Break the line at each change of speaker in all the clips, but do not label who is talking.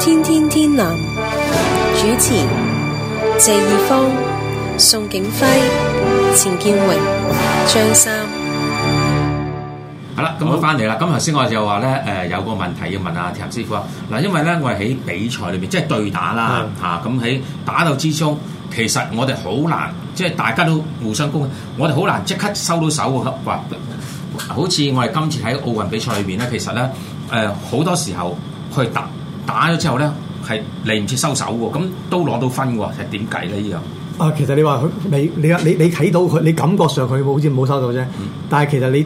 天天天藍主持謝義方、宋景輝、錢建榮、張三。
係啦，咁我翻嚟啦。咁頭先我就話咧，誒有個問題要問阿田師傅啊。嗱，因為咧我哋喺比賽裏面，即係對打啦嚇，咁喺打鬥之中，其實我哋好難，即係大家都互相攻，我哋好難即刻收到手喎。哇！好似我哋今次喺奧運比賽裏邊咧，其實咧誒好多時候去打打咗之後咧，係嚟唔切收手喎，咁都攞到分喎，係點計咧？呢樣？
啊，其實你話佢你你你你睇到佢，你感覺上佢好似冇收到啫。但係其實你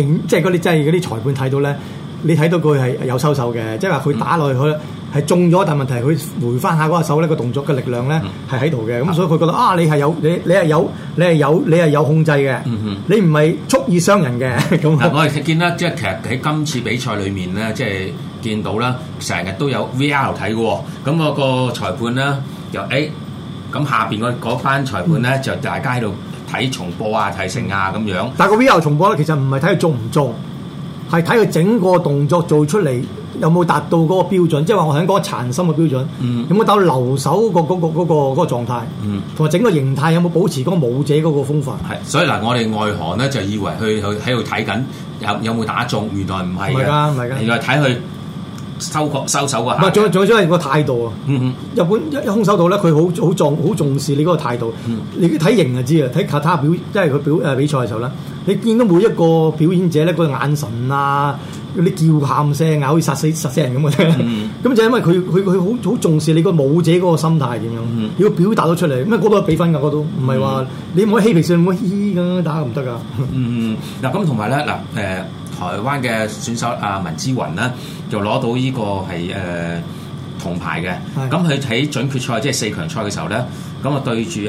認即係嗰啲即係嗰啲裁判睇到咧，你睇到佢係有收手嘅，即係話佢打落去佢係中咗，但問題係佢回翻下嗰個手咧個動作嘅力量咧係喺度嘅，咁所以佢覺得啊，你係有你你係有你係有你係有控制嘅，
嗯
你唔係蓄意傷人嘅 咁。
嗱，我哋見啦，即係其實喺今次比賽裏面咧，即係見到啦，成日都有 VR 睇嘅喎。咁嗰個裁判咧，又誒，咁下邊嗰嗰班裁判
嗯
咧，就大家喺度睇重播啊、睇成啊咁樣。
但係個 VR 重播咧，其實唔係睇佢做唔做，係睇佢整個動作做出嚟有冇達到嗰個標準，即係話我喺嗰個殘心嘅標準，
嗯
有冇到留守個嗰、個嗰、個嗰、個狀態，
嗯
同埋整個形態有冇保持嗰個舞者嗰個風範。
係，所以嗱，我哋外行咧就以為佢去喺度睇緊有有冇打中，原來唔係啊
唔係㗎唔係㗎
原來睇佢收個收手個
唔係，
下。
仲有仲有仲有個態度啊！
嗯
日本一一空手道咧，佢好好重好重視你嗰個態度。
嗯
你睇型就知啊，睇卡塔表，即係佢表誒比賽嘅時候咧，你見到每一個表演者咧，個眼神啊，嗰啲叫喊聲啊，好似殺死殺死人咁嘅 啫。咁、
嗯
就因為佢佢佢好好重視你個舞者嗰個心態點樣，
嗯
要表達到出嚟。咁啊，嗰度有比分㗎，嗰度唔係話你唔可以嬉皮笑臉，唔可以嘻嘻咁打唔得㗎。
嗯，嗱咁同埋咧嗱誒，台灣嘅選手阿文之雲咧，就攞到呢個係誒、呃銅牌嘅。
係
咁佢喺準決賽即係四強賽嘅時候咧，咁啊對住誒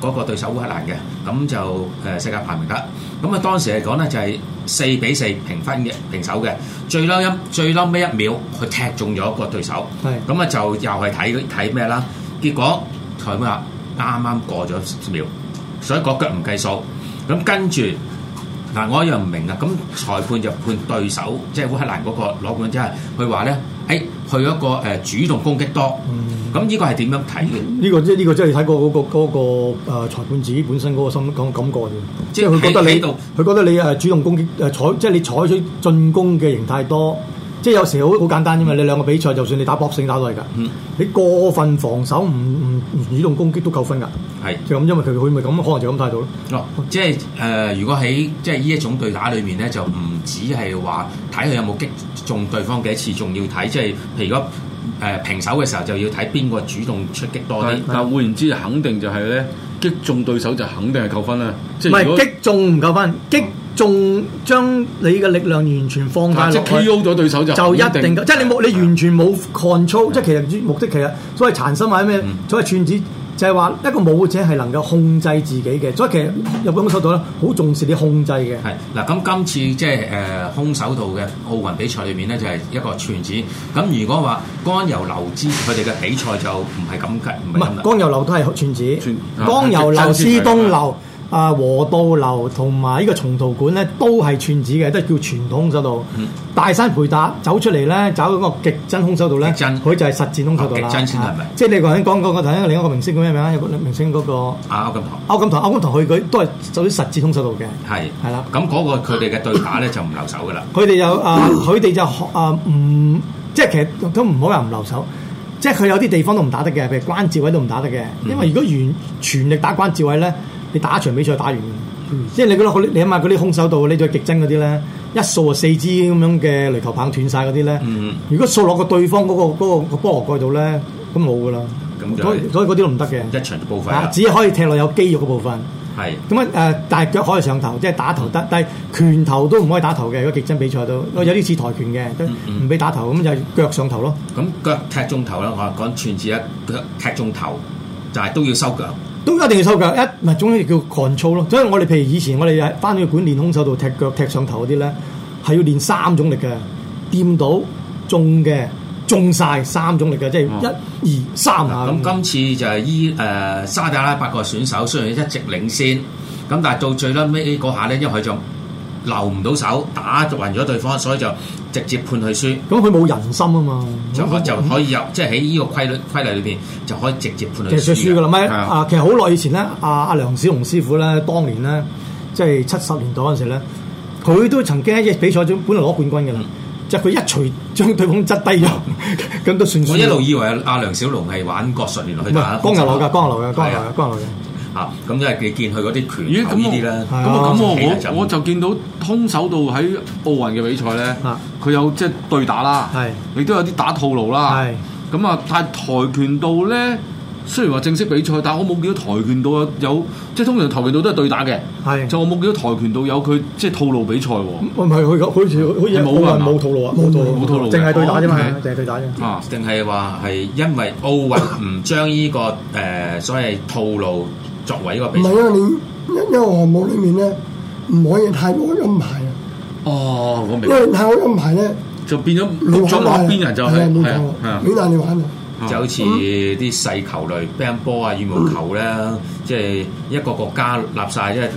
嗰個對手烏克蘭嘅，咁就誒、呃世界排名得。咁啊當時嚟講咧就係四比四平分嘅平手嘅，最嬲一最嬲尾一秒佢踢中咗個對手。
係
咁啊就又係睇睇咩啦？結果裁判話啱啱過咗秒，所以嗰腳唔計數。咁跟住嗱，我一樣唔明啊。咁裁判就判對手，即係烏克蘭嗰個攞冠之後，佢話咧，誒佢嗰個誒主動攻擊多。
嗯
咁呢個係點樣睇嘅？
呢、個即係呢個即係睇過嗰個嗰、個、呃、裁判自己本身嗰個心感感覺嘅，
即
即
係
係佢覺得
喺
你
喺度
佢覺得你呃誒主動攻擊誒採即係你採取進攻嘅形態多，即係有時好好簡單啫嘛。你兩個比賽，就算你打 boxing 打到嚟㗎，
嗯
你過分防守唔唔唔主動攻擊都扣分㗎，
係
就咁，因為佢佢咪咁，可能就咁態度咯。
哦，即係誒、呃如果喺即係呢一種對打裏面咧，就唔止係話睇佢有冇擊中對方幾次，仲要睇即係譬如如果誒、呃平手嘅時候，就要睇邊個主動出擊多啲
但。但換言之，肯定就係咧擊中對手就肯定係扣分啦。即
唔
係
係
如果
擊中唔扣分，擊中將你嘅力量完全放大
啊即
落
係
去。
KO 咗對手就
就一
肯
定嘅，即係你冇你完全冇 control，即係其實目的其實所謂殘心或者咩
嗯，
所謂串子就係話一個舞者係能夠控制自己嘅，所以其實日本空手道咧好重視你控制嘅。
係嗱，咁今次即係誒空手道嘅奧運比賽裏面咧，就係、一個串子。咁如果話江油流之佢哋嘅比賽就唔係咁計，唔
唔
係咁
係
啦
江油流都係串子
串，啊
江油流、
真
司
先係
東流、啊和道流同埋呢個松道館咧，都係串子嘅，都係叫傳統空手道。
嗯
大山培達走出嚟咧，走嗰個極真空手道咧，
極真
佢就係實戰空手道
啊
啦。
極真先係咪
啊即係你頭先講嗰個頭先另一個明星叫咩名啊？有個明星嗰個
啊歐錦棠
歐錦棠，歐錦棠佢佢都係做啲實戰空手道嘅。
係
係啦
咁嗰個佢哋嘅對打咧就唔留手噶啦。
佢哋就啊，佢哋就學啊唔，即係其實都唔好話唔留手，即係佢有啲地方都唔打得嘅，譬如關節位都唔打得嘅，
嗯
因為如果完全力打關節位咧，你打一場比賽打完嘅，即係你覺得好你諗下嗰啲空手道呢啲極真嗰啲咧，一掃啊四支咁樣嘅雷球棒斷晒嗰啲咧
嗯，
如果掃落個對方嗰、個嗰、個、個菠蘿蓋度咧，咁冇噶啦
咁，就
所以所以嗰啲都唔得嘅。
一場就報廢
啊
啦！
只可以踢落有肌肉嘅部分，
係
咁啊誒，但係腳可以上頭，即係打頭得，但係拳頭都唔可以打頭嘅。如果極真比賽都有啲似跆拳嘅，都
嗯
唔俾打頭，咁就腳上頭咯，
咁腳踢中頭啦，我話講串字一腳踢中頭，就係都要收腳。
都一定要收腳。一唔係總之叫 control 咯。所以我哋譬如以前我哋翻去館練空手道踢腳踢上頭嗰啲咧，係要練三種力嘅，掂到中嘅中晒三種力嘅，即係
哦
一、二、三下啊咁。
啊咁今次就係伊誒沙特阿拉伯個選手，雖然一直領先，咁但係到最撚尾嗰下咧，因為佢就留唔到手，打暈咗對方，所以就直接判佢輸，
咁佢冇人心啊嘛，
就可就可以有即係喺呢個規律規例裏邊就可以直接判佢
其實輸
輸
㗎啦，咪
係啊
啊，其實好耐以前咧，阿阿梁小龍師傅咧，當年咧，即係七十年代嗰陣時咧，佢都曾經喺一比賽中本來攞冠軍㗎啦，就佢一錘將對方質低咗， 咁都算輸。
我一路以為阿梁小龍係玩國術，原來
唔
佢打
係光頭佬㗎，光頭佬㗎，光
係
頭
啊
佬㗎，光頭佬㗎。
啊！咁因為你見佢嗰啲拳
咦
頭
咁
呢
我
啲啦
咁
係，啊
啊咁
其實
我
就
我我就見到空手道喺奧運嘅比賽咧
啊，
佢有即係對打啦
係，
亦都有啲打套路啦
係。
咁啊，但係跆拳道咧，雖然話正式比賽，但我冇見到跆拳道有有即係通常跆拳道都係對打嘅，
係
就我冇見到跆拳道有佢即係套路比賽喎。
唔係佢個好似好似
冇㗎
奧運
嘛
冇套路啊，冇套路，
冇套路嘅
淨係對打啫嘛
哦，，OK
淨係對打啫。
啊，
定係話係因為奧運唔將呢個誒、所謂套路作為一個
唔
比賽
係？因為你一一個項目裏面咧，唔可以太多安排啊，
哦，我明
因，為太多安排咧，
就變咗
你
咗落
玩大
邊人就
係啊
係
冇
係啊係
錯
啊，
俾大你玩啊，
就好似啲細球類乒乓波啊、羽毛球咧，即係一個國家立晒，即係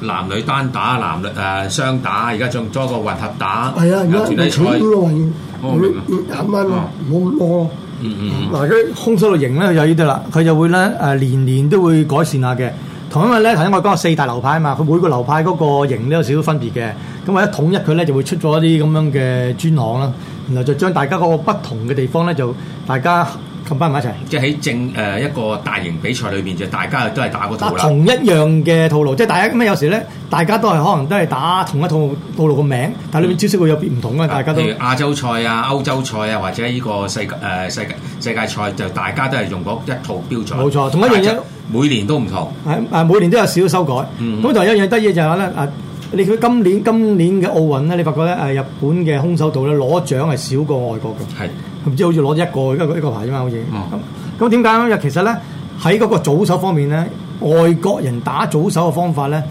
男女單打、男女誒、雙打，而家仲多個混合打，
係啊，而
有
家
團
你
體
取
賽
呢，個位要
哦
我明啊
要減翻咯，唔好咁多咯。
嗯嗯
嗱，佢空手類型咧就呢啲啦，佢就會咧誒年年都會改善下嘅。同因為咧頭先我講過四大流派啊嘛，佢每個流派嗰個型都有少少分別嘅。咁為咗統一佢咧，就會出咗一啲咁樣嘅專項啦，然後就將大家嗰個不同嘅地方咧，就大家 c o 埋一齊，
嗯，即係喺正誒、一個大型比賽裏邊，就大家都係打個
打
套啦。啊
同一樣嘅套路，即係大家咁啊有時咧，大家都係可能都係打同一套套路個名，但係裏面招式會有別唔同嘅，大家都
譬如亞洲賽啊、歐洲賽啊，或者呢個世界誒、
嗯
世界世界賽，就大家都係用嗰一套標準。
冇錯同一樣嘢，
每年都唔同。
係誒每年都有少少修改。
嗯
咁同埋一樣得意就係話咧誒。你佢今年今年嘅奧運咧，你發覺咧誒日本嘅空手道咧攞獎係少過外國嘅，
係
唔知好似攞咗一個一個一個牌啫嘛，好似
哦
咁咁點解咧？其實咧喺嗰個組手方面咧，外國人打組手嘅方法咧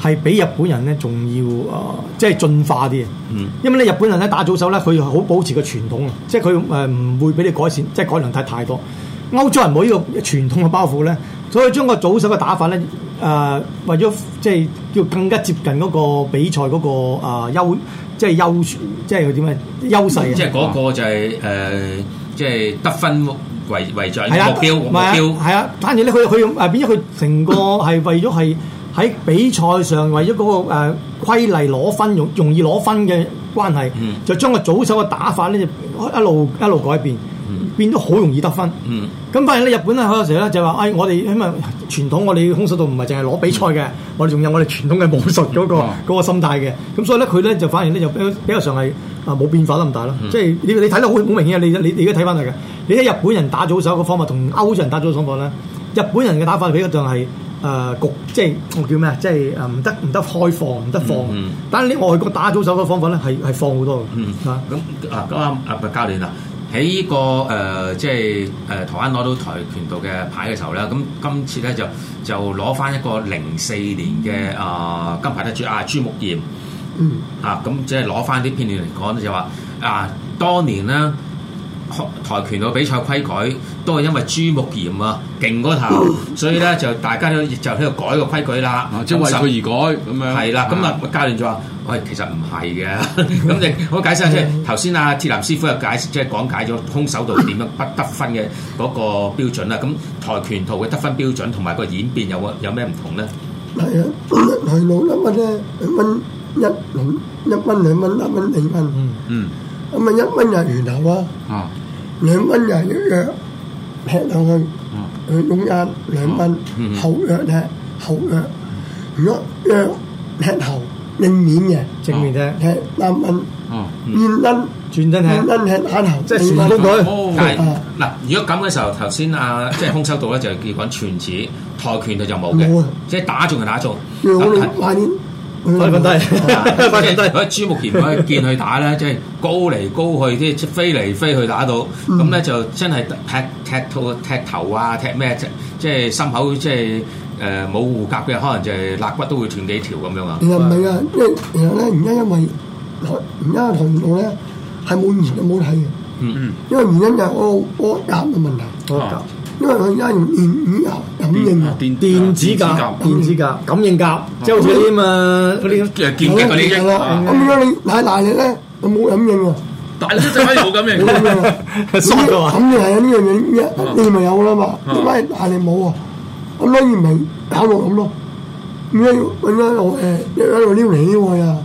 係比日本人咧仲要誒、呃即係進化啲嘅。
嗯
因為咧日本人咧打組手咧，佢好保持個傳統啊，即係佢誒唔會俾你改善，即係改良太太多。歐洲人冇呢個傳統嘅包袱咧，所以將個組手嘅打法咧，誒、呃、為咗即係叫更加接近嗰個比賽嗰、個誒、呃、優，即係優，即係佢點啊優勢啊
即係嗰個就係、誒，即係得分為為在目標目
唔係啊
標。
係啊，反而咧佢佢用誒變咗佢成個係為咗係喺比賽上為咗嗰個誒規例攞分容容易攞分嘅關係
嗯，
就將個組手嘅打法咧就一路一路改變，變咗好容易得分。
嗯，
咁反而咧，日本咧好多時咧就話：，哎誒，我哋因為傳統，我哋空手道唔係淨係攞比賽嘅，我哋仲有我哋傳統嘅武術嗰、個
哦
啊
嗰個心態嘅。咁所以咧，佢咧就反而咧就比較比較上係啊冇變化得咁大咯。
嗯
即係你你睇得好好明顯啊！你你你而家睇翻嚟嘅，你睇日本人打組手嘅方法同歐洲人打組手嘅方法咧，日本人嘅打法比較上係誒局，即係我叫咩啊？即係誒唔得唔得開放，唔得放。
嗯嗯
但係你外國打組手嘅方法咧係係放好多嘅。
嗯
啊
咁啊咁啊啊教練啊，喺呢、個誒、即係誒、台灣攞到跆拳道嘅牌嘅時候咧，咁今次咧就就攞翻一個零四年嘅啊、金牌得主啊朱木炎。
嗯，
啊，咁即係攞翻啲片段嚟講就話啊，當年咧跆拳道比賽規矩都係因為朱木炎啊勁嗰頭， 所以咧就大家都就喺度改個規矩啦
哦
啊，即係為
咁
佢而改咁樣。
係啦，咁啊，教練就話：喂，其實唔係嘅。 咁你我解釋下，即係頭先阿鐵男師傅又解釋，即係講解咗空手道點樣不得分嘅嗰個標準啦。咁跆拳道嘅得分標準同埋個演變有冇有咩唔同咧？
係啊，台路粒蚊咧，蚊一蚊一蚊兩蚊三蚊四蚊，
嗯
咁啊一蚊就係拳頭啊，
啊
兩蚊就係隻腳劈上去
嗯，
佢中間兩蚊
嗯
後腳踢後腳，如果腳劈頭正面
正面啫。
哦
嘅踢三蚊，
啊
面蚊
轉身
原
踢
因。
嗯
係打頭，
即係
你話呢
旋
個
哦
但係
啊
嗱，如果咁嘅時候，頭先啊，即係空手道咧就要講全子，跆拳道就冇
冇
嘅
啊，
即係打中就打中。
要我
啊
哋快啲，
我哋瞓
啊
低，
即
瞓
係
低。
嗰啲朱木炎嗰啲見佢打咧，即係高嚟高去，即係飛嚟飛去打到，
嗯
咁咧就真係踢踢到踢頭啊，踢咩即即係心口即係誒冇護甲嘅，可能就係肋骨都會斷幾條咁樣啊
其。實唔係啊，因為其實咧，而家因為而家跆拳道咧係冇以前咁好睇嘅，
嗯
因為原因就係我我夾嘅問題，
哦
因為佢而家用電子夾感應啊，
電
電子甲、電子甲、感應甲，即係好似啲咁啊嗰啲
誒 劍擊嗰啲
係啦，咁如果你太大力咧，佢冇感應啊，
但係呢隻可以冇咁
冇
嘅。
感應啊。
疏咗啊！
咁你係有呢樣嘢，一你咪有啦嘛，點解但係你冇啊？咁當然咪搞到咁咯，點解要揾一路誒一路撩嚟撩去啊？
啊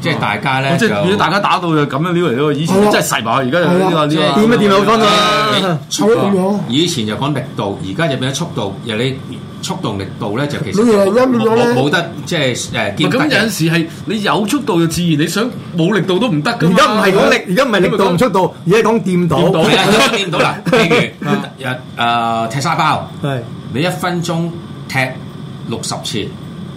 即係大家咧
我嗯哦即
就
係如果大家打到就咁樣撩嚟撩去，以前真係細埋，而家就呢個呢個
點一點有分
誒
啊！
係
Ờ.
咯咁樣啊。
以前就講力度，而家就變咗速度。而你速動力度咧就其實
你而家變咗咧
冇冇得即係誒
唔係
兼得
咁有陣
嘅。
時係你有速度就自然，你想冇力度都唔得噶
而
嘛。
家唔係講力，而家唔係力度唔出道，而係講掂
掂到
到。
係啊，都見到 啦。譬如日誒呃踢沙包，
係
你一分鐘踢六十次，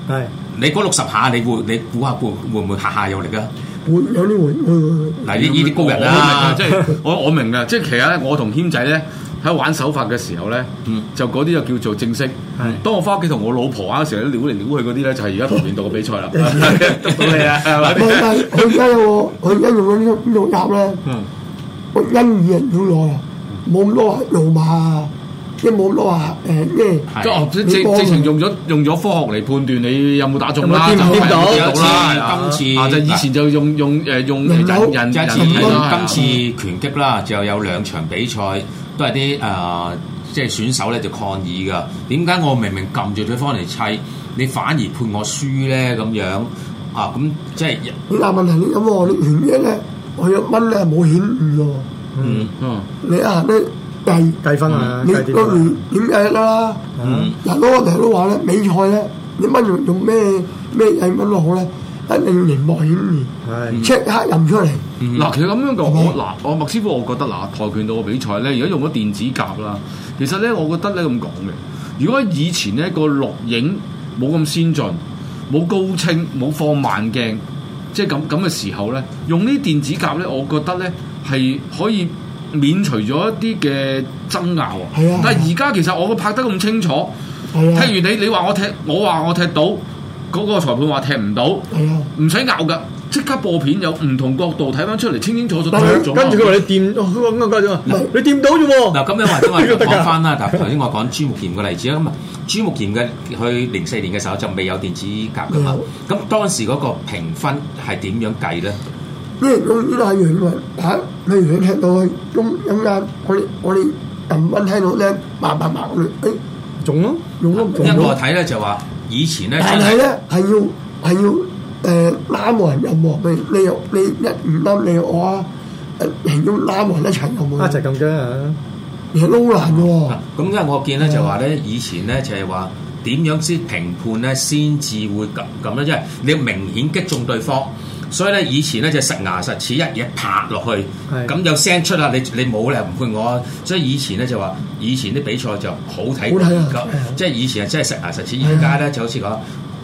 係
你嗰六十下你會你估下會會唔會下下有力啊？
會有啲會會會會
嗱，啊呢呢啲高人啦，
嗯我明㗎即係我我明嘅，即係其實咧，我同軒仔咧喺玩手法嘅時候咧
嗯，
就嗰啲就叫做正式。當我翻屋企同我老婆玩嘅時候，撩嚟撩去嗰啲咧，就係而家跆拳道嘅比賽啦。得到你啊，係
唔係，但係佢而家有個佢而家用嗰啲呢度夾咧，
嗯
我因二人好耐啊，冇咁多話路馬，即係冇咁多話誒，即係
係
即係即係直情用咗用咗科學嚟判斷你有冇打中啦，
有冇掂唔
就
掂到
係有冇啦。
今次
啊就以前就用用誒用
嗯
人
就
人人人啊
一
體啦
次今次拳擊啦，就有兩場比賽都係啲誒，即係選手咧就抗議噶。點解我明明撳住對方嚟砌，你反而判我輸咧咁樣啊？咁即係
你嗱問題你咁喎，你原因咧，我有蚊咧冇顯現喎，
嗯
嗯
你啊咧計
計分啊！
你
計掂
個
啊
原點計得啦？
嗯
嗱，嗰個成日都話咧，比賽咧，你蚊用用咩咩嘢蚊都好咧，一定要熒幕顯現。
係
即刻印出嚟，
嗯
嗱，其實咁樣講，
嗯
我嗱，我麥師傅，我覺得嗱，跆拳道嘅比賽咧，而家用咗電子夾啦，其實咧，我覺得咧咁講嘅，如果以前咧個錄影冇咁先進，冇高清，冇放慢鏡，即係咁咁嘅時候咧，用呢啲電子夾咧，我覺得咧係可以免除咗一啲嘅爭拗啊
係啊。
但係而家其實我個拍得咁清楚，
係
踢
啊
完，你，你話我踢，我話我踢到，嗰個裁判話踢唔到。
係啊，
唔使拗噶，即刻播片有唔同角度睇翻出嚟，清清楚楚。
但係
做
跟住佢話你掂，哦佢話咁啊，佢話你掂到啫
哦
喎。
嗱，咁樣或者我 哋講翻啦，嗱頭先我講朱木炎嘅例子啦，咁啊朱木炎嘅佢零四年嘅時候就未有電子夾噶
嗯
嘛，咁當時嗰個評分係點樣計咧？
因為咁呢個係原文打，例如你踢到去中咁啱，我哋我哋撳蚊聽到咧，麻麻麻，我哋誒
中咯，
用咗唔
因為我
到，
睇咧就話以前咧
但
真
係
係
咧係要係要誒拉埋人入喎，譬如你又你一唔啱你我啊，誒其中拉埋人一齊入
一
喎，
齊咁嘅啊。
其實撈難嘅喎，
啊咁因為我見咧就話咧以前咧就係話點樣先評判咧先至會咁咁咧，因為你要明顯擊中對方。所以咧，以前咧就實牙實齒一嘢拍落去，
係
咁有聲出啦，你你冇理由唔判我啊。所以以前咧就話，以前啲比賽就好睇
好睇啊
咁
係啊
即係以前係真係實牙實齒，
係啊
而家咧就好似講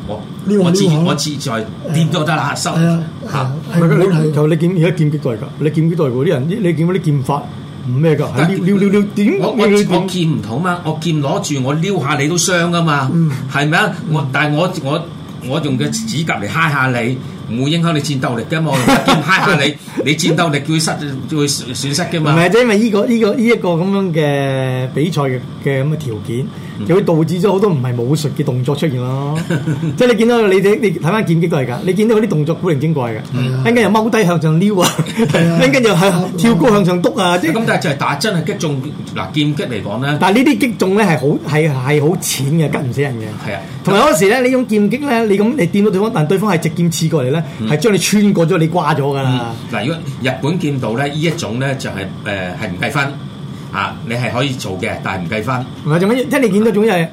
我
呢個
我自
呢個
我自在掂都得啦，收
係
Ờ,
啊，係
嚇
啊。
唔
係好
係你
睇，
就你劍而家劍擊代㗎，你劍擊代嗰啲人，你見嗰啲劍法唔咩㗎？係撩撩撩撩點
我我我劍唔到嘛，我劍攞住我撩下你都傷噶嘛
嗯，
係咪啊？我但係我我我用嘅指甲嚟揩下你，唔會影響你戰鬥力噶嘛。我用把劍揩下 你，你戰鬥力會失會損失噶
唔
嘛。
係，即係因為呢個呢個呢一個咁樣嘅比賽嘅嘅咁嘅條件，就會導致咗好多唔係武術嘅動作出現咯。即係你見到你哋你睇翻劍擊都係㗎，你見到嗰啲動作古靈精怪
嗯
㗎，一間又踎低向上撩啊，
啊
一間又係跳高向上篤啊，即係
咁但係就係打真係擊中嗱劍擊嚟講咧，
但係呢啲擊中咧係好係係好淺嘅，拮唔死人嘅。
係啊，
同埋嗰時咧，你用劍擊咧，你咁你掂到對方，但對方係直劍刺過嚟咧，
嗯
係將你穿過咗，你瓜咗㗎啦。
嗱，如果日本劍道咧，呢一種咧就係誒係唔計分啊，你係可以做嘅，但係唔計分。
嗯
唔係仲乜嘢？即係你見到總之係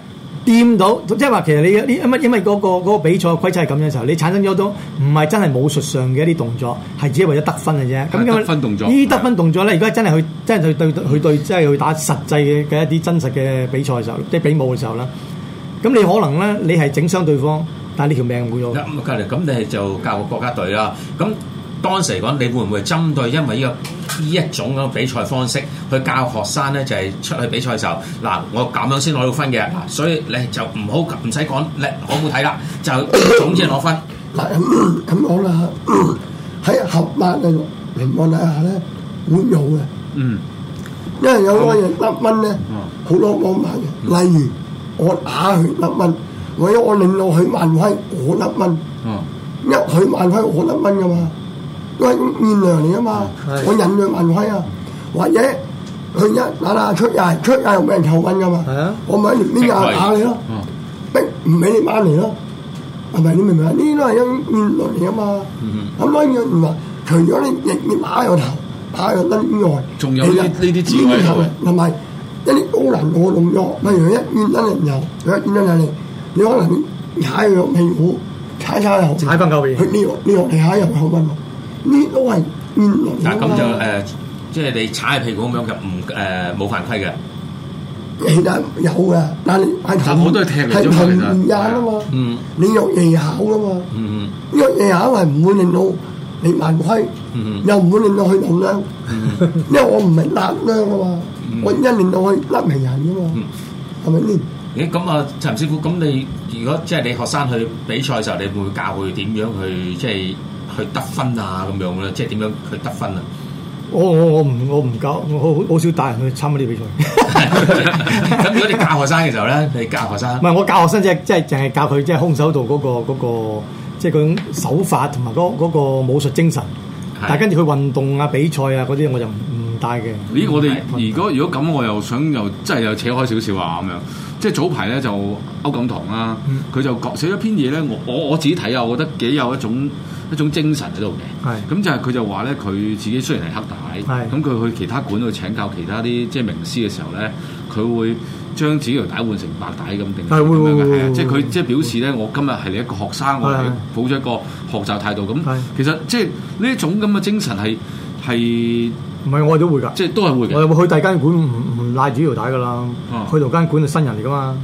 掂到，即係話其實你呢，因為因為嗰個嗰個比賽規則係咁樣嘅時候，你產生咗種唔係真係武術上嘅一啲動作，係只係為咗得分嘅啫。咁因為
得分動作
呢啲得分動作咧，如果係真係去真係去對去對即係去打實際嘅嘅一啲真實嘅比賽嘅時候，即係比武嘅時候啦，咁你可能咧你係整傷對方，但係你條命冇咗。
咁隔離，咁你就教國家隊啦。咁當時嚟講，你會唔會針對因為呢、個呢一種咁嘅比賽方式去教學生咧？就係、出去比賽嘅時候，嗱，我咁樣先攞到分嘅，嗱，所以你就唔好唔使講叻好唔好睇啦，就總之係攞分。
嗱咁咁講 啦，喺合法嘅情況底下咧，會有嘅，
嗯，
因為有個人得分咧，好多方法嘅。例如我打佢得分，或者我令到佢犯規，我得分，
哦，
因為佢犯規我得分噶嘛，因為面量嚟噶嘛，我引佢犯規啊，或者佢一打打出界，出界又俾人扣分噶嘛
係啊，
我咪呢又打你咯。
哦，
逼唔俾你翻嚟咯，係咪？你明唔明啊？呢啲都係一面論嚟啊嘛。
嗯
咁當然唔話，除咗你亦要打個頭、打個燈之外，
仲有呢
其實
呢啲智慧喺度
呢啲同埋一啲高難度嘅動作，譬如一見得人油，佢一見得人嚟，你可能踩佢個屁股，踩踩後，
踩翻後面
佢呢個呢個地下又後邊喎，呢都係面論
嗱，
嚟㗎嘛
咁就誒、即係你踩屁股咁樣就唔誒冇犯規嘅。
其實有嘅，但係係
但好多係踢嚟啫嘛
係
其實
同唔啱啊嘛，
嗯
你有技巧噶嘛。
嗯
呢個技巧係唔會令到你犯規，
嗯
又唔會令到佢受傷，因為我唔係揦傷啊嘛，我一令到佢揦名人啊嘛
嗯，
係咪先？
嗯，咦，咁啊，陳師傅，咁你如果即係你學生去比賽嘅時候，你會唔會教佢點樣去即係去得分啊咁樣咧？即係點樣去得分啊？
我我我唔我唔教，我好好少帶人去參加呢啲比賽。
咁如果你教學生嘅時候咧，你教學生
唔係我教學生即係即係淨係教佢即係空手道嗰、個嗰、個即係嗰種手法同埋嗰嗰個武術精神，
係
但係跟住佢運動啊比賽啊嗰啲我就唔唔帶嘅。
咦，我哋
嗯
如果如果咁，我又想又真係又扯開少少啊咁樣。即係早排咧就歐錦棠啦，
嗯
佢就講寫咗篇嘢咧，我我我自己睇啊，我覺得幾有一種一種精神喺度嘅。
係
咁就係佢就話咧，佢自己雖然係黑帶，
係
咁佢去其他館度請教其他啲即係名師嘅時候咧，佢會將自己條帶換成白帶咁定
係會
咁樣嘅，
會
係啊
會
即係
會
佢即係表示咧，我今日係你一個學生，我係
係
抱咗一個學習態度。咁
係
其實即係呢一種咁嘅精神係係
唔係我哋都會㗎，
即係都係會嘅。
我有冇去第二間館唔唔拉住條帶㗎啦
哦？
去到間館係新人嚟㗎嘛，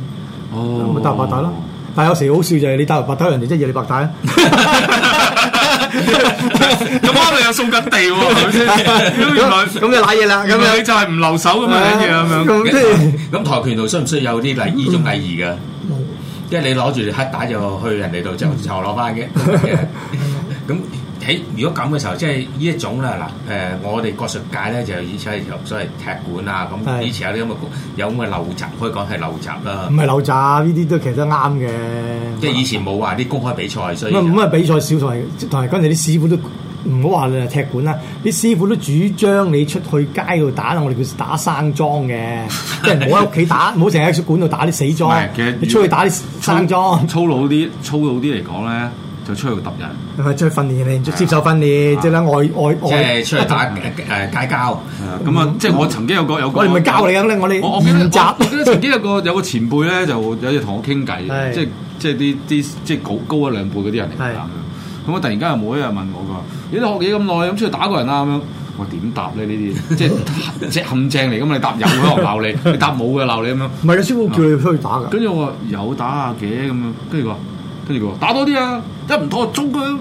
咁
哦
咪帶白帶咯。但係有時好笑就係你帶白帶，人哋即係要你白帶啊。
咁啱你又送緊地喎，係咪先？咁 原來
咁咁就賴嘢啦，咁
咁樣
樣
你就係唔留手咁樣嘢咁樣。
咁即係。
咁跆拳道需唔需要有啲禮呢種禮儀㗎？即係你攞住黑帶就去人哋度就就攞翻 嘅。咁喺如果咁嘅時候，即係呢一種啦嗱誒，我哋國術界咧就以前有所謂踢館啊，咁
係嗯
以前有啲咁嘅有咁嘅陋習，可以講係陋習啦
唔。係流炸呢啲都其實都啱嘅。
即係以前冇話啲公開比賽，所以
唔係唔係比賽少，同埋同埋嗰陣啲師傅都唔好話你係踢館啦，啲師傅都主張你出去街度打，我哋叫打生裝嘅，即係唔好喺屋企 打，唔好成日喺館度打啲死
唔
裝
係其實，
你出去打啲生裝，
粗魯啲，粗魯啲嚟講咧，就出去揼人。
係咪出去訓 練你接受訓練，啊即係咧外外
即
外。
係出去打誒誒街交。
咁啊，即係我曾經有個有個，
嗯我哋唔係教你嘅，我哋
我我記得
練習
我記得曾經有個有個前輩咧，就有嘢同我傾偈，
係
即係即係啲啲即係高高一兩輩嗰啲人嚟㗎
係
咁樣。咁我突然間又冇一日問我㗎，咦你學嘢咁耐，咁出去打過人啊咁樣。我點答咧？呢啲即係即係陷阱嚟㗎嘛！你答有嘅我鬧你，你答冇嘅鬧你咁樣。
唔係嘅，師傅叫你出去打㗎。
跟住我話有打下嘅咁樣，跟住佢話，跟住佢話打多啲啊，一唔妥 中佢，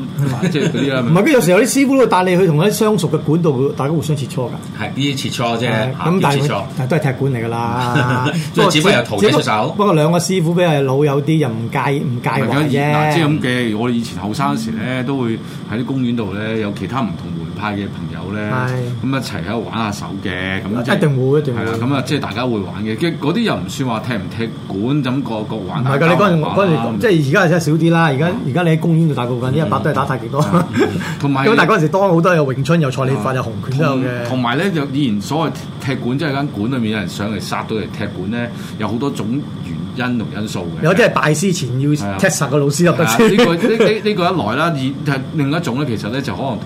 即係嗰啲啊
唔係，
啦。
跟住有時有啲師傅都會帶你去同一啲相熟嘅館度，大家互相切磋㗎。
係呢啲切磋啫，嚇
咁
叫
但
切
係啊
磋。，
但係都係踢館嚟㗎 啦
即係只不過有徒弟出手
不過兩個師傅比較老友啲，又唔介唔介懷
唔係咁嗱，即係咁
啫。
嘅。我哋以前後生嗰時咧，都會喺啲公園度咧，有其他唔同門派嘅朋友咧，
係
咁一齊喺度玩下手嘅，咁即係
一定會一定會
係啦，咁啊，即係大家會玩嘅。跟住嗰啲又唔算話踢唔踢館，咁個個
唔
玩下
係㗎，你嗰陣
玩下
嗰陣
咁
即係而家真係少啲啦。而家而家你喺公園度打過
嗯
緊，因為白都係打太極多。
同埋
咁但係嗰陣時當好多有詠春、有蔡李法、有
啊
洪拳都有嘅。
同埋咧，有以前所謂踢館，即係間館裏面有人上嚟殺到嚟踢館咧，有好多種原因同因素嘅。
有啲係拜師前要
啊
test 實個老師入得
係啊
先。
呢個呢呢呢個一來啦，而係另一種咧，其實咧就可能同。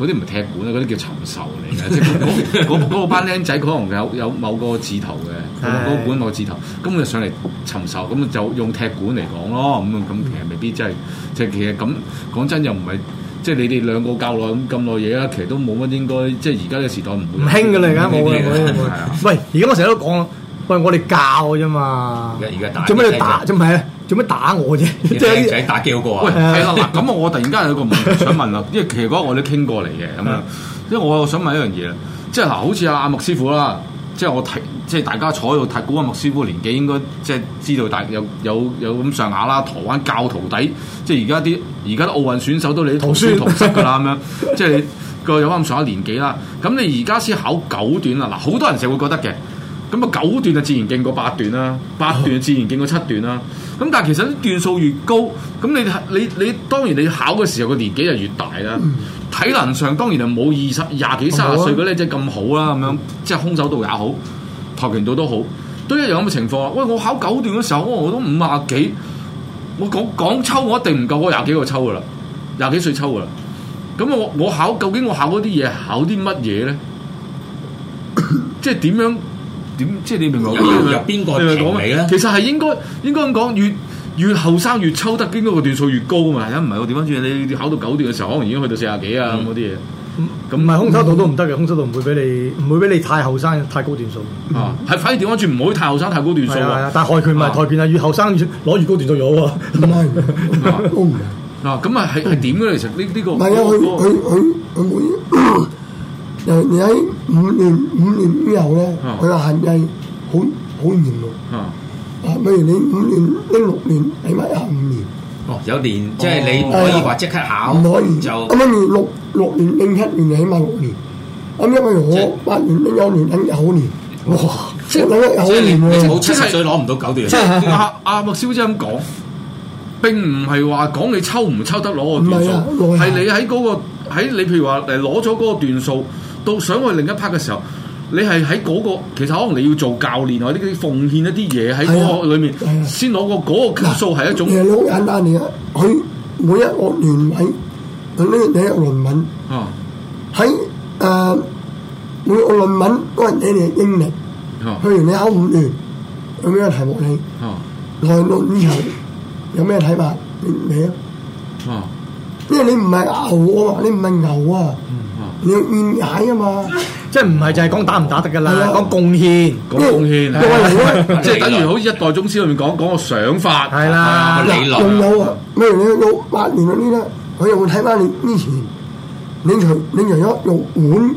嗰啲唔係踢 館啊，嗰啲叫尋仇嚟嘅，即係嗰嗰嗰嗰班僆仔可能有有某個字頭嘅，同埋嗰管落字頭，咁佢上嚟尋仇，咁就用踢館嚟講咯，咁咁其實未必真係，即係其實咁講真又唔係，即係你哋兩個教耐咁咁耐嘢啦，其實都冇乜應該，即係而家嘅時代唔
唔
會
興㗎啦，而家冇啦，
呢啲
冇
嘢
啦冇
係
啦
啊。
喂，而家我成日都講啦，喂，我哋教啫嘛
而，家而
啊
家打
做咩你
機
打？做咩啊做咩打我 啫？即
你
係
靚
有啲
仔打機好過
喂，
啊！
係啦，嗱，咁我突然間有個問題想問啦，因為其實嗰日我哋傾過嚟嘅咁
嗯
樣，因為我想問一樣嘢啦，即係嗱，好似阿阿麥師傅啦，即係我睇，即係大家坐喺度睇，估阿麥師傅年紀應該即係知道大有有有咁上下啦，台灣教徒弟，即係而家啲而家啲奧運選手都你啲
徒
徒
孫
孫同室㗎啦，咁樣， 即係你個有啱上下年紀啦，咁你而家先考九段啦，嗱，好多人就會覺得嘅。咁啊九段就自然勁過八段啦，八段就自然勁過七段啦。咁但係其實啲段數越高，咁你你你當然你考嘅時候個年紀就越大啦，體能上當然就冇二十廿幾三十歲嗰啲即係嗯咁好啊啦，咁樣即係空手道也好，跆拳道都好，都一樣咁嘅情況啊。喂，我考九段嘅時候，哇我都五廿幾，我講講抽我一定唔夠我廿幾個抽噶啦，廿幾歲抽噶啦。咁我我考究竟我考嗰啲嘢考啲乜嘢 咧？即係點樣點？即係你明唔明
有
我
有邊個
你明
評
我
你咧
其實係應該應該咁講，越越後生越抽得，應該個段數越高啊嘛。係啊，唔係我點樣住？你考到九段嘅時候，可能已經去到四廿幾啊咁嗰啲
咁唔係空手道都唔得嘅，空手道唔會俾你唔會俾你太後生太高段數。
嘢啊。係反而調翻轉，唔可以太後生太高段數
係啊係啊
啊。，
但係跆拳唔係
啊
跆拳啊，越後生越攞越高段數咗喎。
唔係，我唔係。
啊，咁啊係係點嘅咧？其實呢呢個
唔係啊，佢
嗰個
佢佢佢 每尤其喺五年五年之後咧
嗯，
佢嘅限制好好嚴喎。
啊
啊，譬如你五年、一六年，起碼廿五年，
哦，有年即係你唔可以話即刻考，
唔可以。
就
咁跟住六六年、零七年，起碼六年。咁因為我八年、零九年、零九年，哇！即
即
係九
係你
年
你冇
喎，
七十歲攞唔到九段
即。 係阿阿麥小姐咁講，並唔係話講你抽唔抽得攞個段數，
唔係啊
係你喺嗰、個喺你譬如話誒攞咗嗰個段數，到想去另一 part 嘅時候，你係喺嗰個其實可能你要做教練或者啲奉獻一啲嘢喺嗰個裏面
係啊係，啊
先攞個嗰個級數係一種
其實你好簡單嚟嘅。佢每一個年位，佢呢第一個論文。
啊
喺誒每個論文嗰陣寫你嘅經歷，
啊
譬如你考五年，有咩題目你
啊
內到以後有咩睇法？你你啊，
啊
因為你唔係牛啊嘛，你唔係牛啊，
啊！
你要見解啊嘛，
即係唔係就係講打唔打得㗎
係
啦
啊，
講貢獻。
講貢獻
因為你咧。
即係等於好似一代宗師裏面講講個想法
係啦
啊
理論啊
仲有啊，譬如你到八年嗰啲咧，佢又會睇翻你之前，你除你除咗用碗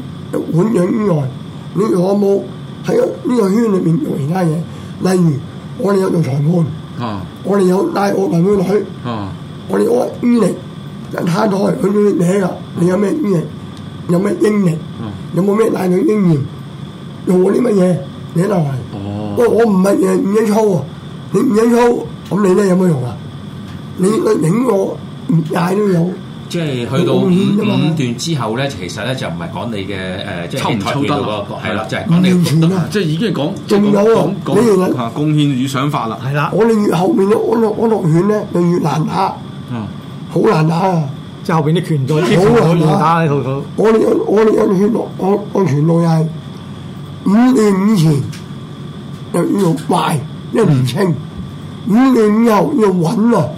碗樣之外，你仲有冇喺呢個圈裏面做其他嘢？例如我哋有做裁判，
啊
我哋有帶我運會隊，
啊
我哋我醫力人下台佢哋你啦，你有咩醫力？有咩英力？有冇咩大量經驗？用過啲乜嘢？你就係，
哦
喂，我唔係誒唔想操啊！你唔想操，咁你咧有冇用啊？你你影我唔嗌都有，
即係去到五五段之後咧，其實咧就唔係講你嘅誒，即係
抽唔抽得啦
係啦，就係講你
啊
即係已經係講即係
仲有啊
講講
你哋
講啊貢獻與想法啦
係啦，
我哋越後面咧，我落我落圈咧就越難打，
啊！
好難打啊！
即係後邊啲拳隊啲
好啊
拳隊
係嘛
要打你套套。
我哋有我哋有圈落，我我全路又係五年以前就要用快，因為唔清；五年以後要穩啊，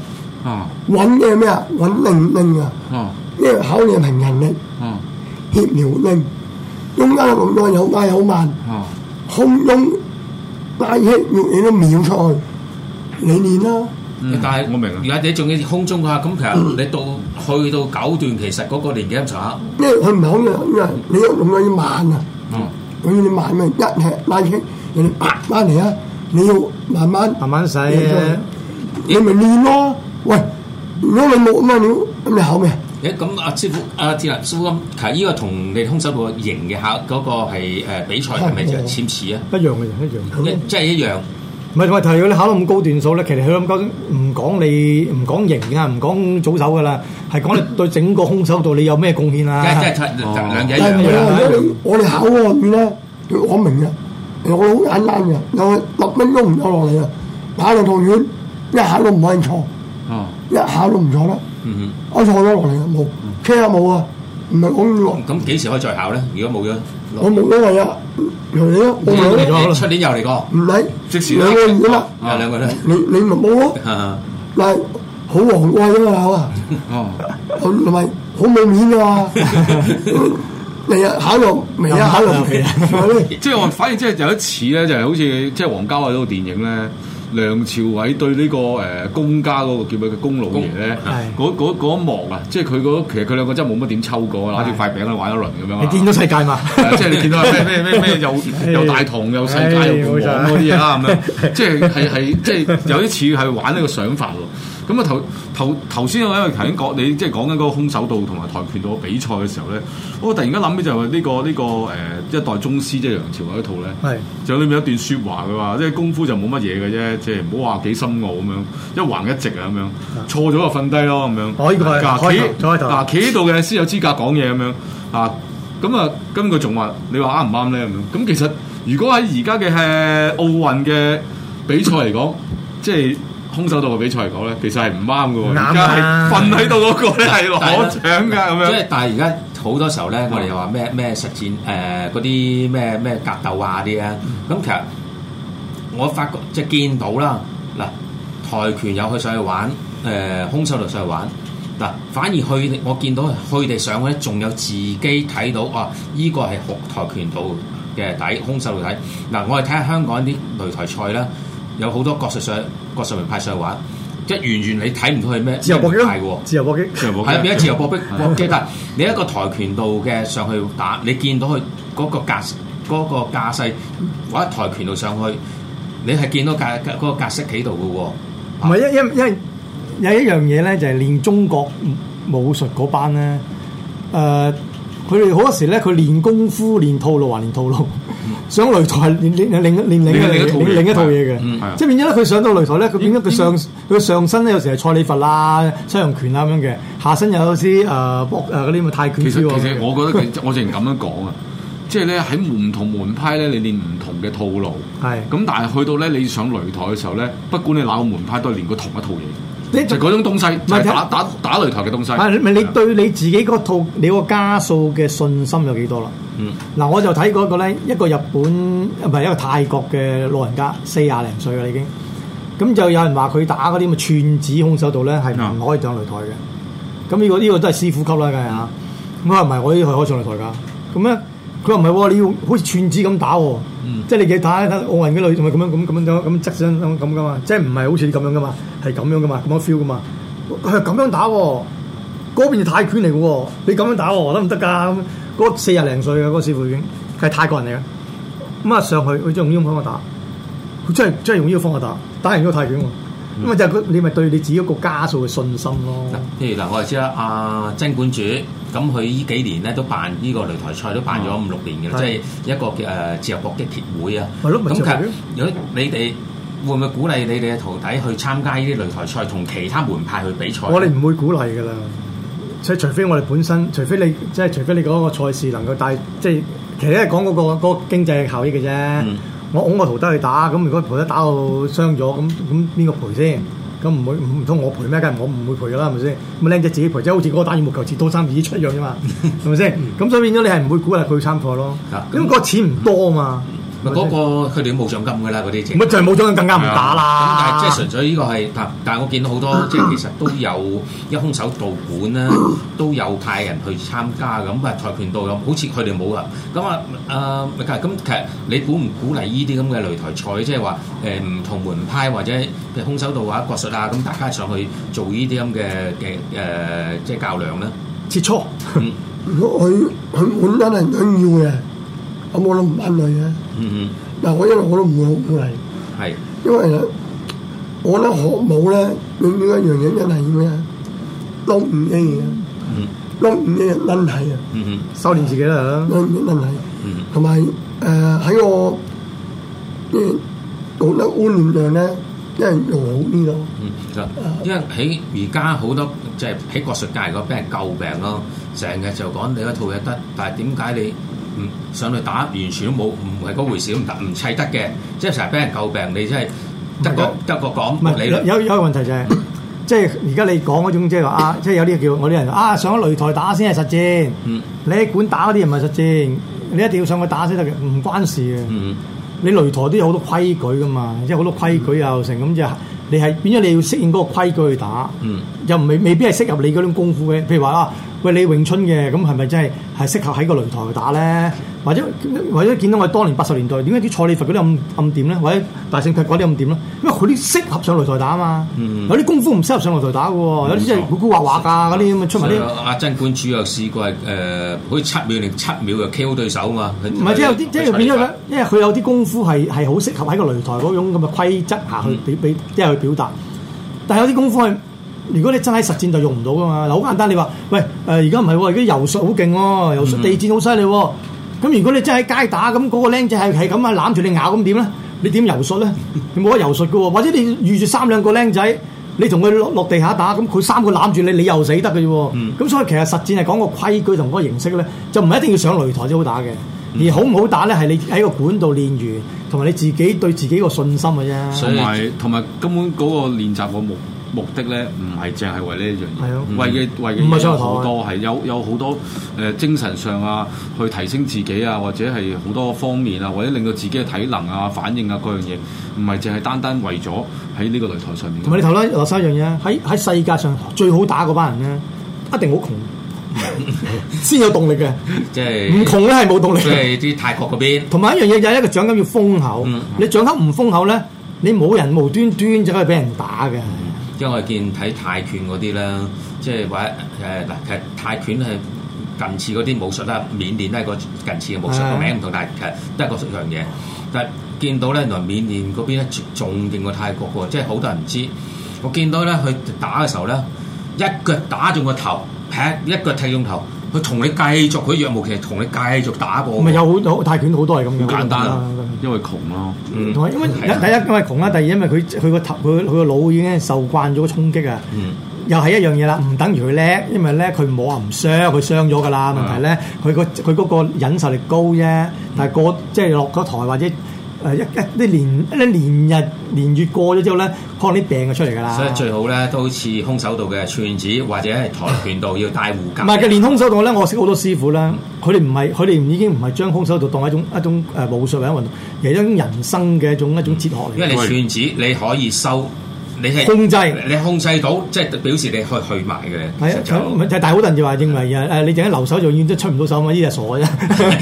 啊
穩嘅係咩啊？穩定定啊，
啊
因為考你嘅平衡力。
啊
協調令，中間嘅動作有快有慢，
啊！
空中拉起要你都秒出去，你練啦。
嗯
但係
我明啊
而家你仲要空中嘅話，咁其實你到去到九段，其實嗰個年紀咁上下，
因為佢唔係好樣，因為你個動作要慢啊，
嗯
佢要你慢咪一踢拉起，人哋拍翻嚟啊，你要慢慢
慢慢使
練出去你咪練咯。喂，如果你冇咁嘅料，咁你考咩？
誒咁阿師傅阿鐵男師傅咁，其實呢個同你空手個型嘅考嗰個係誒比賽係咪就簽似啊？
一樣嘅啫，一樣。
一即係一樣，
唔係，同埋提如果你考到咁高段數咧，其實佢咁高，唔講你唔講型啊，唔講組手噶啦，係講你對整個空手道你有咩貢獻啊
即？係即係兩嘢一
但係啊
樣
我
嘅。
啦
哋我哋考嗰個咧，我明啊，我好簡單嘅，有十分鐘唔夠落嚟啊，打兩套圈，一下都唔可以錯。
啊
一下都唔錯啦，
嗯
我坐咗落嚟啊，冇，車又冇啊，唔係講落
哼，咁幾時可以再考咧？如果冇咗，
我冇因為啊，由你啊，我冇啊，
出年又嚟過，
唔理，
即時
兩個月啦，
有兩個咧，
你你咪冇咯， 但係好昂貴啊嘛樓啊，
哦，
同埋好冇面啊嘛，啊日日考落，明日考落，係咪
即係我反而即係有一次咧，就係好似即係王家衞嗰套電影咧，梁朝偉對呢個誒公家嗰個叫咩嘅公老爺咧
公係，
嗰嗰嗰一幕啊，即係佢嗰其實佢兩個真係冇乜點抽過啊，拿住塊餅咧玩一輪咁樣啊
你見到世界嘛？
係啊即係你見到咩咩咩咩又又大同又世界又共王嗰啲嘢啊啦，咁樣即係係係即係有啲似係玩呢個想法喎。咁啊頭頭頭先我因為頭先講你即係講緊嗰個空手道同埋跆拳道比賽嘅時候咧，我突然間諗起就係呢個呢個誒一代宗師即係梁朝偉嗰套咧。
係
就裏面有一段説話嘅話，即係功夫就冇乜嘢嘅啫，即係唔好話幾深奧咁樣，一橫一直啊咁樣，錯咗就瞓低咯咁樣。
哦呢個係
嗱
開頭
企
開頭
嗱企喺度嘅先有資格講嘢咁樣啊。咁啊，咁佢仲話你話啱唔啱咧咁樣？啊咁其實如果喺而家嘅誒奧運嘅比賽嚟講，即係空手道嘅比賽嚟講咧，其實係唔啱嘅
唔啱
喎。
啊
而家係瞓喺度嗰個咧係攞獎㗎咁
即
樣。
係但係而家好多時候咧，我哋又話咩咩實戰誒嗰啲咩咩格鬥啊啲啊，咁其實我發覺即係見到啦，嗱跆拳有去上去玩，誒、空手道上去玩，嗱反而佢哋我見到佢哋上咧，仲有自己睇到啊，依、個係學跆拳道嘅底，空手道底。嗱我哋睇下香港啲擂台賽啦，有好多國術上國術名派上去玩，即係完全你睇唔到佢咩
自由搏擊
咩名派嘅喎
咯。，自由搏擊。
係啊，變咗自由搏擊搏擊啦！你一個跆拳道嘅上去打，你見到佢嗰個格嗰、個架勢，或者跆拳道上去，你係見到架嗰、個格式喺
哦
度
唔係，因因因為有一樣嘢咧，就係練中國武術嗰班咧，誒，佢哋好多時咧，佢練功夫、練套路還練套路，上擂台係練練練練另一另另一套嘢嘅。
嗯
係啊
即係變咗咧，佢上到擂台咧，佢變咗
嗯
佢上佢上身咧，有時係蔡李佛啦、西洋拳啊啦咁樣嘅，下身有啲誒搏誒嗰啲咪泰拳
其實
招啊
其實 我覺得佢，我淨係咁樣講啊，即係咧喺唔同門派咧，你練唔同嘅套 路。
係
咁但係去到咧，你上擂台嘅時候咧，不管你哪個門派都係練過同一套嘢，
你
就係嗰種東西，就係打打打擂台嘅東西。
啊！咪你對你自己嗰套你個家數嘅信心有幾多啦？
嗯，
嗱，我就睇過一個咧，一個日本唔係一個泰國嘅老人家，四廿零歲啦已經。咁就有人話佢打嗰啲咁嘅串子空手道咧，係
啊
唔可以上擂台嘅。咁呢、個呢、個都係師傅級啦，梗係啊。咁佢話唔係，我呢個係可以上擂台㗎。咁咧，佢話唔係喎，你要好似串子咁打喎。即係你嘅打打奧運嘅女，咪咁樣咁咁樣咁側身咁咁噶嘛，即係唔係好似你咁樣噶嘛，係咁樣噶嘛，咁樣 feel 噶嘛。佢係咁樣打喎、嗰邊係泰拳嚟嘅喎，你咁樣打我得唔得㗎？咁嗰四廿零歲嘅嗰個師傅已經，佢係泰國人嚟嘅。咁啊上去，佢就用呢種方法打，佢真係真係用呢個方法打，打贏咗泰拳喎。咁啊就係佢你咪對你自己一個家數嘅信心咯
嘅喎。嗱。，譬如嗱，我哋知啦，阿、曾館主咁佢呢幾年咧都辦呢個擂台賽，都辦咗五六年嘅啦，
係
即係一個叫誒、呃自由搏擊協會啊。
係咯咪
咁
就
其
係
實
咯
如果你哋會唔會鼓勵你哋嘅徒弟去參加呢啲擂台賽，同其他門派去比賽？
我哋唔會鼓勵㗎啦。即係除非我哋本身，除非你即係除非你嗰個賽事能夠帶，即係其實係講嗰個嗰個經濟效益嘅啫。
嗯
我拱個徒弟去打，咁如果徒弟打到傷咗，咁咁邊個賠先？咁唔會唔通我賠咩？梗係我唔會賠噶啦，係咪先？咁靚仔自己賠，即係好似嗰個打羽毛球切刀三二一出一樣 啫嘛，係咪先？咁所以變咗你係唔會鼓勵佢參賽咯
啊，咁
因為個錢唔多嘛。
咪嗰個佢哋都冇獎金㗎啦，嗰啲
唔係就係冇咗，更加啊唔打
啊咁但係
啦。
即係純粹呢個係，但但係我見到好 多即係其實都有一空手道館啦，都有派人去參加咁啊，跆拳道咁，好似佢哋冇啊。咁啊誒，咁其實你鼓唔鼓勵呢啲咁嘅擂台賽，即係話誒唔同門派或者譬如空手道啊、國術啊，咁大家上去做呢啲咁嘅嘅誒，即係較量咧。
切磋，
嗯
如果佢佢本身係想要嘅，咁我都唔反對嘅。
嗯
嗱，我一路我都唔會好鼓勵，
嗯，係
因為咧，我覺得學武咧，永遠一樣嘢真係咩啊？撈唔起嘢，撈唔起嘅真係啊，
嗯嗯
修練自己啦。
撈唔起真係。
嗯
同埋誒喺我即係道德觀念上咧，一係做好啲咯。
嗯，嗱，因為喺而家好多即係喺國術界嚟講，俾人詬病咯，成日就講你嗰套嘢得，但係點解你唔上去打完全都冇唔係嗰回事，唔得唔砌得嘅，即係成日俾人詬病，你真係得個得個講
唔係
理
有
論，
有有一個問題就係、即係而家你講嗰種即係話啊，即係有啲叫我啲人啊上咗擂台打先係實戰，
嗯
你喺館打嗰啲唔係實戰，你一定要上去打先得嘅，唔關事嘅。
嗯
你擂台都有好多規矩噶嘛，即係好多規矩又成咁就你係變咗你要適應嗰個規矩去打，
嗯
又唔未未必係適合你嗰種功夫嘅。譬如話啊，喂你詠春嘅，咁係咪真係係適合喺個擂台去打咧？或者或者見到我哋當年八十年代點解啲蔡李佛嗰啲暗暗點咧，或者大聖劈嗰啲暗點咧？因為佢啲適合上擂台打啊嘛，
嗯
有啲功夫唔適合上擂台打嘅喎，有啲真係古古畫畫㗎嗰啲咁啊出埋啲。
阿曾冠主又試過係誒，好似七秒定七秒就 KO 對手嘛。
唔係，即係有啲即係變咗佢，因為佢有啲功夫係係好適合喺個擂台嗰種咁嘅規則下去表表，即係去表達。但係有啲功夫係，如果你真喺實戰就用唔到噶嘛。嗱，好簡單，你話喂誒，而家唔係喎，而家游術好勁喎，游術
嗯
地戰好犀利喎。咁如果你真係喺街打，咁嗰個僆仔係係咁啊攬住你咬，咁點咧？你點游術咧？你冇得游術嘅喎，或者你預住三兩個僆仔。你同佢落落地下打，咁佢三個攬住你，你又死得嘅啫喎。咁、
嗯
所以其實實戰係講個規矩同嗰個形式咧，就唔係一定要上擂台先好打嘅。
嗯
而好唔好打咧，係你喺個館度練完，同埋你自己對自己個信心嘅啫。
所以
啊同埋同埋根本嗰個練習個目目的咧，唔係淨係為呢一樣
係啊
嘢，為嘅為嘅
唔係
嘢
上
有
台
好多係有有好多誒、呃精神上啊，去提升自己啊，或者係好多方面啊，或者令到自己嘅體能啊、反應啊嗰樣嘢，唔係淨係單單為咗喺呢個擂台上面。
同埋你頭啦，落手一樣嘢，啊喺喺世界上最好打嗰班人咧，一定好窮，先有動力嘅。
即係
唔窮咧係冇動力
即
嘅。
係啲泰國嗰邊。
同埋一樣嘢就係一個獎金要封口
嗯，
你獎金唔封口咧，你冇人無端端就可以俾人打嘅。
因為我見睇泰拳嗰啲啦，即係或者誒嗱，其實泰拳係近似嗰啲武術啦，緬甸都係個近似嘅武術，
係
個名唔同，但係其實都係個樣嘢。但係見到咧，原來緬甸嗰邊咧仲勁過泰國喎，即係好多人唔知。我見到咧，佢打嘅時候咧，一腳打中個頭，劈一腳踢中頭，佢同你繼續，佢若無其事同你繼續打過。
咪有好多泰拳好多係咁嘅，
好簡單啊
好多係咁嘅，
因為窮咯。
嗯，
同埋因為
係啊
第一因為窮啦，第二因為佢佢個頭佢佢個腦已經受慣咗個衝擊啊，
嗯
又係一樣嘢啦，唔等於佢叻，因為咧佢冇話唔傷，佢傷咗噶啦。問題咧，佢個佢嗰個忍受力高啫，但係過即係落咗台或者誒一一啲年一年日年月過咗之後咧，可能啲病就出嚟噶啦。
所以最好咧都好似空手道嘅串子或者係跆拳道要戴護甲。
唔係嘅練空手道咧，我識好多師傅啦。佢哋唔係，佢哋已經唔係將空手道當係一種一種誒武術或者運動，而係一種人生嘅一種一種哲學嚟
因
嘅。
為你串子你可以收，你係
控制
你控制到，即係表示你可以去埋嘅。
係啊，
其實
咁咪
就
就係但係好多人就話認為誒誒，你淨係留手就遠都出唔到手嘛，呢啲係傻嘅啫。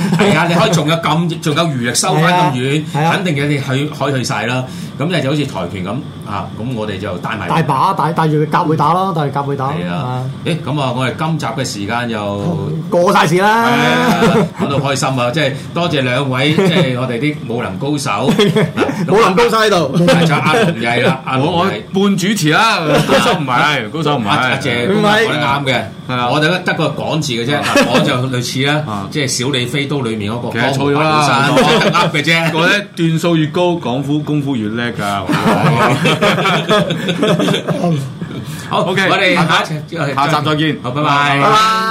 係啊，你可以仲有咁，仲有餘力收翻咁遠，
係啊係啊
肯定嘅你去可以去晒啦。咁你就好似跆拳咁啊，咁我哋就帶埋
大把帶帶住佢夾會打咯，帶住夾會打。
係啊。誒咁啊，我哋今集嘅時間又〜
過晒事
係
啦，
啊講到開心啊！即係多謝兩位，即係我哋啲武林高手，
冇林高晒喺度。
係就阿龍毅啦，阿
我我
龍毅。
半主持啊啦， 高手唔係，高手唔係。
阿阿謝公
唔係
講得啱嘅，
係啊
我哋咧得個講字嘅啫，我就類似啦
啊，
即係小李飛刀裏面嗰個
其實錯咗啦
江湖八卦山講得啱嘅啫。
個咧段數越高，講夫功夫越叻㗎。
好
OK，
我哋
下
下
集
一集
下集再見
好，拜拜。啊
拜拜。